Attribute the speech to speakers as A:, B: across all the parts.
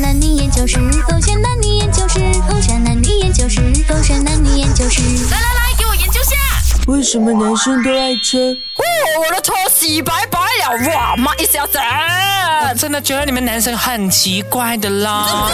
A: 男女研究室，狗选男女研究室，狗选男女研究室，狗选男女研究室。
B: 来来来，给我研究下。
C: 为什么男生都爱车？
D: 哦，我的头洗白白了，哇妈一小子！
E: 我真的觉得你们男生很奇怪的啦。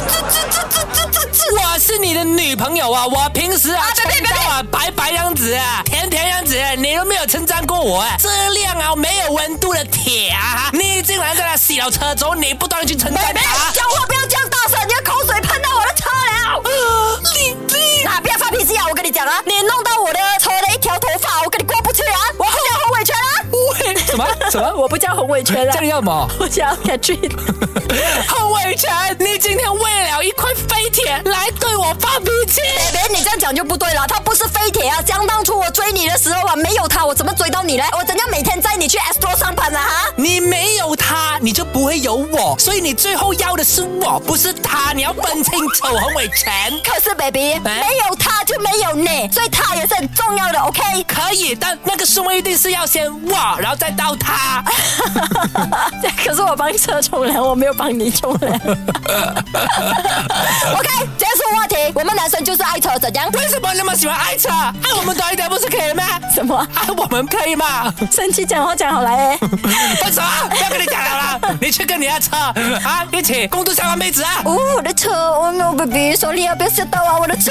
E: 我是你的女朋友啊，我平时啊
D: 啊别别
E: 穿到啊白白样子啊，甜甜样子，你都没有称赞过我啊，这样啊没有温度的铁啊，你竟然在那洗了车之后，你不断地去称赞
D: 妹妹
E: 他，。
D: 讲话不要这样大声，你的口水喷到我的车了。
E: 呃你你
D: 啊，不要发脾气啊！我跟你讲啊，你弄到我的车的一条头发，我跟你过不去啊！我不叫红尾圈啊！
E: 喂什么 什么？
D: 我不叫红尾圈啊
E: 这，里要什么？
D: 我叫 Catherine。
E: 洪伟成，你今天为了一块飞铁来对我发脾气。
D: 妹妹，你这样讲就不对了，他不是飞铁啊！想当初我追你的时候啊，没有他，我怎么追到你嘞？我怎样每天载你去 Astro 上班啊？哈？
E: 你没有他，你就不会有我，所以你最后要的是我，不是他。你要分清楚，洪伟成。
D: 可是 baby，没有他就没有你，所以他也是很重要的，OK？
E: 可以，但那个顺位一定是要先我，然后再到他。
D: 可是我帮车冲凉，我没有帮你冲凉。OK，结束话题。我们男生就是爱车，怎样？
E: 为什么那么喜欢爱车？爱我们多一点不是可以吗？
D: 什么？
E: 爱我们可以吗？
D: 生气讲话讲好来哎、
E: 分手啊！不要跟你讲了啦，你去跟你的车啊一起共度三万妹子啊！
D: 哦，我的车，哦 no baby，手里要不要吓到啊？我的车，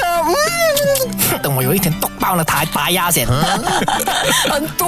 D: 嗯，
E: 等我有一天剁爆了他，打压先。
D: 很毒。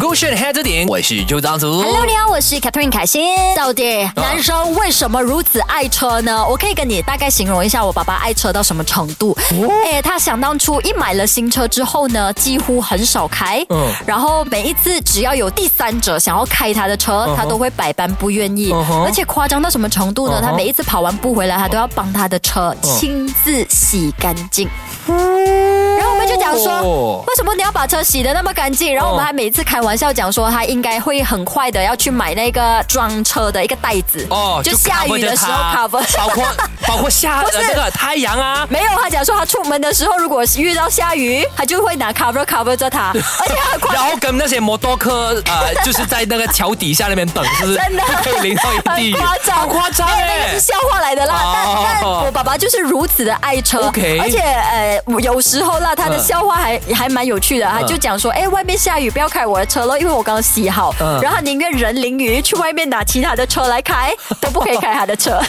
E: 勾选黑这点，我是周张祖。
B: Hello，你好，我是 Catherine 凯欣。
A: 到底
B: Oh. 男生为什么如此爱车呢？我可以跟你大概形容一下我爸爸爱车到什么程度。哎，他想当初一买了新车之后呢，几乎很少开。
E: 嗯
B: 然后每一次只要有第三者想要开他的车，
E: 哼
B: 他都会百般不愿意
E: 嗯哼
B: 而且夸张到什么程度呢
E: 嗯哼
B: 他每一次跑完步回来，他都要帮他的车亲自洗干净。然后我们就讲
E: 哦
B: 说，为什么你要把车洗得那么干净？然后我们
E: 哦
B: 还每次开玩笑讲说，他应该会很快的要去买那个装车的一个袋子，
E: 哦，
B: 就下雨的时候
E: cover
B: cover
E: 掉它。包括包括下
B: 不是
E: 呃那个太阳啊，
B: 没有，他讲说他出门的时候，如果遇到下雨，他就会拿 cover cover 着 它，而且他很快
E: 然后跟那些摩托车呃，就是在那个桥底下那边等，是不是？
B: 真的
E: 可以淋到一地
B: 很
E: 雨，
B: 夸张，
E: 好夸张
B: 没有那
E: 哎、
B: 个是笑话来的啦。
E: 哦
B: 但但我爸爸就是如此的爱车
E: OK
B: 而且呃，我有时候啦，他的
E: 嗯
B: 笑话还、还蛮有趣的，他就讲说，哎、外面下雨，不要开我的车咯，因为我刚刚洗好，
E: 嗯
B: 然后他宁愿人淋雨去外面拿其他的车来开，都不可以开他的 车。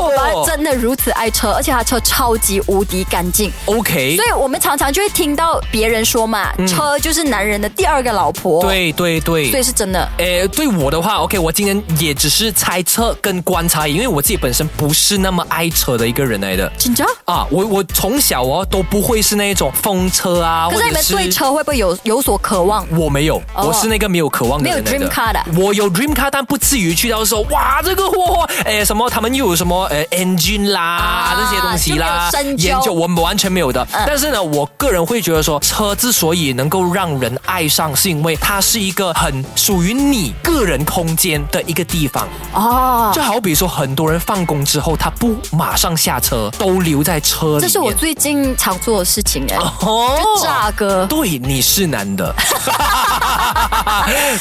B: 我爸爸真的如此爱车，而且他车超级无敌干净。
E: 哦 OK，
B: 所以我们常常就会听到别人说嘛，车就是男人的第二个老婆，，
E: 嗯对对对。
B: 所以是真的。
E: 诶，呃对我的话，OK，我今天也只是猜测跟观察，因为我自己本身不是那么爱车的一个人来的
B: 紧张？
E: 啊。我我从小哦都不会是那一种风车啊，
B: 可是你们
E: 或者
B: 对车会不会有有所渴望？
E: 我没有，
B: 哦
E: 我是那个没有渴望的人来
B: 没有 dream car 的
E: 我有 dream car，但不至于去到说哇这个货货，哎什么他们又有什么呃 engine 啦、
B: 啊
E: 这些东西啦
B: 就没有深，究嗯
E: 研究我们完全没有的。但是呢，我个人会觉得说，车之所以能够让人爱上，是因为它是一个很属于你个人空间的一个地方。
B: 哦，
E: 就好比说，很多人放工之后，他不马上下车，都留在车里面。
B: 这是我最近常做的事情哎，
E: 哦
B: 就炸哥。
E: 对，你是男 的。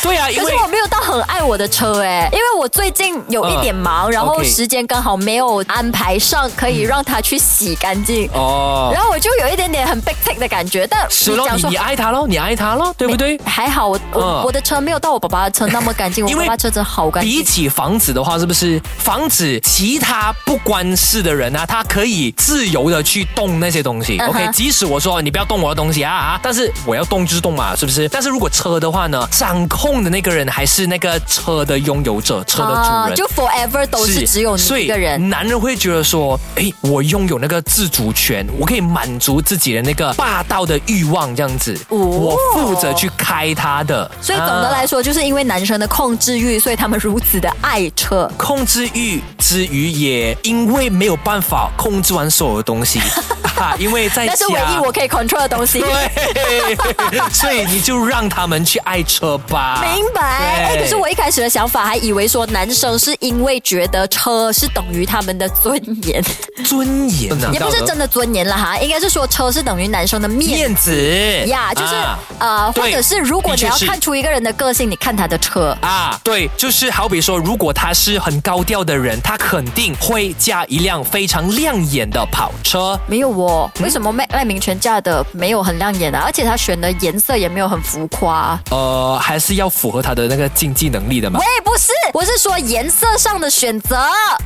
E: 对啊，因
B: 可
E: 为
B: 是我没有到很爱我的车哎，因为我最近有一点忙，然后
E: 哦 OK
B: 时间刚好没有安排上，可以让它去洗干净，
E: 哦，
B: 然后我就有一点点很 big take 的感觉。但
E: 是
B: 你
E: 咯，
B: 讲
E: 你
B: 说哎
E: 你爱他咯，你爱他咯，对不对？
B: 还好我，我、
E: 嗯
B: 我的车没有到我爸爸的车那么干净，我
E: 因
B: 爸
E: 为
B: 爸车真的好干
E: 比
B: 净。
E: 起房子的话，是不是房子其他不关事的人啊，他可以自由的去动那些东西、
B: 嗯哼
E: o k 即使我说你不要动我的东西啊啊，但是我要动就是动嘛，是不是？但是如果车的话呢，掌控的那个人还是那个车的拥有者，车的主人。
B: 啊就 forever 都是只有你
E: 所以嗯
B: 一个人，
E: 男人会觉得说，哎，我拥有那个自主权，我可以满足自己的那个霸道的欲望，这样子，我负责去开他的。
B: 哦所以总的来
E: 啊
B: 说，就是因为男生的控制欲，所以他们如此的爱车。
E: 控制欲之余，也因为没有办法控制完所有的东 西，哈，因为在家，
B: 那是唯一我可以 control 的东西。
E: 对，所以你就让他们去爱车吧。
B: 明白，哎、
E: 啊对
B: 可是我一开开始的想法还以为说男生是因为觉得车是等于他们的尊严，
E: 尊严啊
B: 也不是真的尊严了哈，应该是说车是等于男生的面
E: 面子
B: 呀，就是、
E: 啊
B: 呃，或
E: 对
B: 者是如果
E: 的
B: 你
E: 确
B: 要
E: 是
B: 看出一个人的个性，你看他的车。
E: 啊，对，就是好比说，如果他是很高调的人，他肯定会驾一辆非常亮眼的跑车。
B: 没有哦，为
E: 嗯
B: 什么麦赖明全嫁的没有很亮眼啊？而且他选的颜色也没有很浮夸、
E: 呃，还是要符合他的那个经济能力的嘛
B: 喂。，不是，我是说颜色上的选择。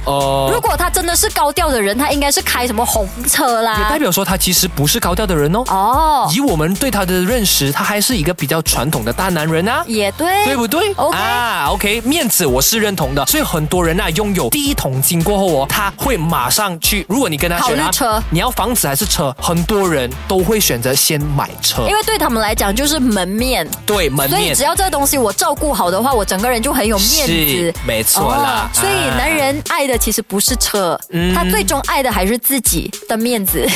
E: 呃
B: 如，果他真的是高调的人，他应该是开什么红车
E: 也代
B: 啦。
E: 表说他其实不是高调的人哦。
B: 哦，
E: 以我们对他的认识，他还是一个比较传统的大男人啊。
B: 也对，
E: 对不对
B: OK
E: 啊，OK，面子我是认同的，所以很多人啊，拥有第一桶金过后哦，他会马上去。如果你跟他选
B: 考
E: 啊
B: 虑车
E: 你要房子还是车，很多人都会选择先买 车
B: 因，为对他们来讲就是门面，
E: 对门
B: 所以
E: 面
B: 只。要这个东西我照顾好的话，我整个人就很有面
E: 是
B: 子。哦
E: 没错嗯啦
B: 所以
E: 啊
B: 男人爱的其实不是车，他最终爱的还是自己的面 子。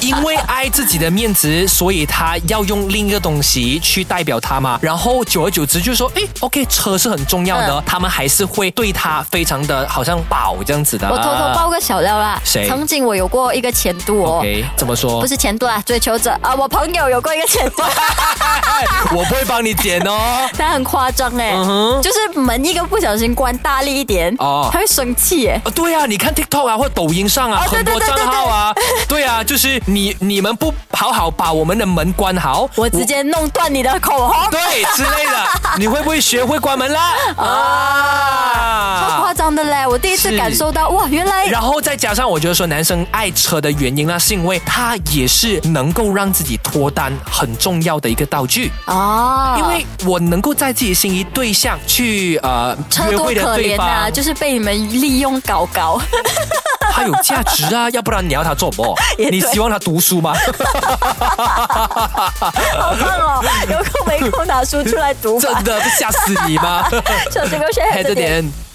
E: 因为爱自己的面子，所以他要用另一个东西去代表他嘛。然后久而久之就说，诶 o k 车是很重要的，
B: 嗯
E: 他们还是会对他非常的好像宝这样子的。
B: 我偷偷爆个小料啦，
E: 啊谁
B: 曾经我有过一个前度哦。
E: 啊 OK，怎么说？
B: 不是前度啊，追求者啊，我朋友有过一个前 度，
E: 哎我不会帮你剪 哦。
B: 他很夸张哎、
E: 嗯
B: 就是门一个不小心关大力一点，
E: 哦
B: 他会生气哎、
E: 啊，对啊，你看 TikTok 啊，或抖音上啊，
B: 哦对
E: 很多
B: 对
E: 账
B: 对
E: 号啊，对啊，就是你你们不好好把我们的门关好，
B: 我直接弄断你的口红，
E: 对之类的，你会不会学会关门 啦？
B: 超
E: 啊
B: 夸！张的嘞！我第一次
E: 是
B: 感受到，哇，原来
E: 然后再加上，我觉得说男生爱车的原因呢，是因为它也是能够让自己脱单很重要的一个道具。
B: 哦，
E: 因为我能够在自己心仪对象去呃
B: 车
E: 约
B: 多
E: 会的
B: 可
E: 对
B: 怜
E: 方，
B: 啊，就是被你们利用搞搞。
E: 他有价值啊，要不然你要他做什么？
B: 也对
E: 你希望他读 书吗？
B: 好棒哦！有空没空拿书出来读吧
E: 真。的吓死你吗？
B: 小心不要学黑着点。
E: 点。